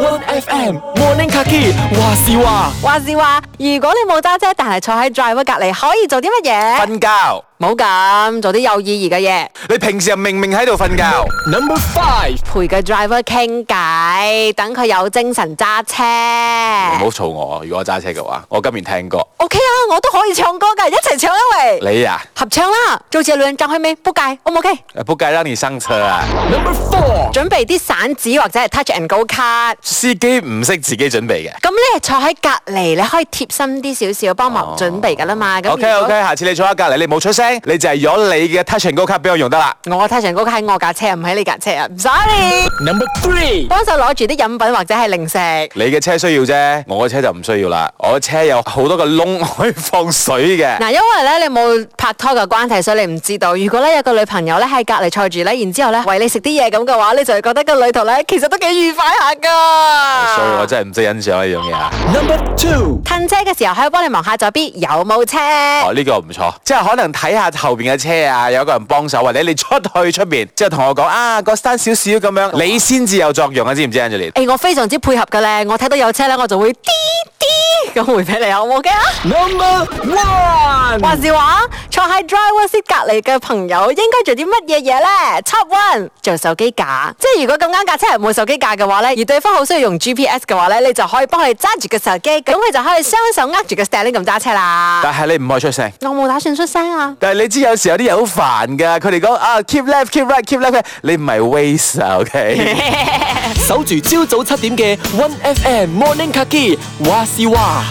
M Morning Kaki，話事話話是話，如果你冇揸車，但係坐喺 driver 隔離，可以做啲乜嘢？瞓覺，冇咁做啲有意義嘅嘢，你平時明明喺度瞓覺， Number Five，陪個 driver 傾偈，等佢有精神揸車。唔好嘈我。如果我揸車嘅話，我今年聽歌， OK 啊，我都可以唱歌㗎，一齊唱啊喂！你啊，合唱啦，周杰倫張惠妹，不改，O 唔 OK？仆街啦，你生車啊！ Number Four，準備啲散紙或者係 touch and go 卡。司機唔識自己準備嘅。咁咧坐喺隔離，你可以貼心啲少少，幫忙準備㗎啦嘛。咁哦 OK 如果 OK，下次你坐喺隔離，你冇出聲，你就係攞你嘅 Touch and Go 卡俾我用得啦。我 touch and go 卡喺我架車，唔喺你架車啊唔，sorry。 Number Three，幫手攞住啲飲品或者係零食。你嘅車需要啫，我嘅車就唔需要啦。我嘅車有好多個窿可以放水嘅。嗱，因為咧你冇拍拖嘅關係，所以你唔知道。如果咧有個女朋友咧喺隔離坐住咧，然之後咧餵你食啲嘢咁嘅話，你就會覺得個旅途咧其實都幾愉快下㗎。所以我真係唔識欣賞呢樣嘢啊！ Number Two，褪車嘅時候可以幫你望下左邊有冇車。哦，呢、個唔錯，即係可能睇下後邊嘅車啊，有個人幫手，或者你出去出邊之後同我講啊，個單少少咁樣，你先至有作用啊，知唔知誒、Angeline？哎我非常之配合嘅咧，我睇到有車咧，我就會滴滴咁回俾你，好唔好嘅啊？ Number One，話是話，坐喺 driver seat 隔離嘅朋友應該做啲乜嘢嘢咧？Top one 做手機架，即係如果咁啱架車係冇手機架嘅話咧，而對方好需要用 GPS 嘅話咧，你就可以幫佢揸住個手機，咁佢就可以雙手握住個 steering 咁揸車啦。但係你唔可以出聲。我冇打算出聲啊！但係你知有時有啲人好煩㗎，佢哋講啊 keep left keep right keep left，你唔係 waste 啊，OK？守住朝早七點嘅 One FM Morning Kaki，話事話。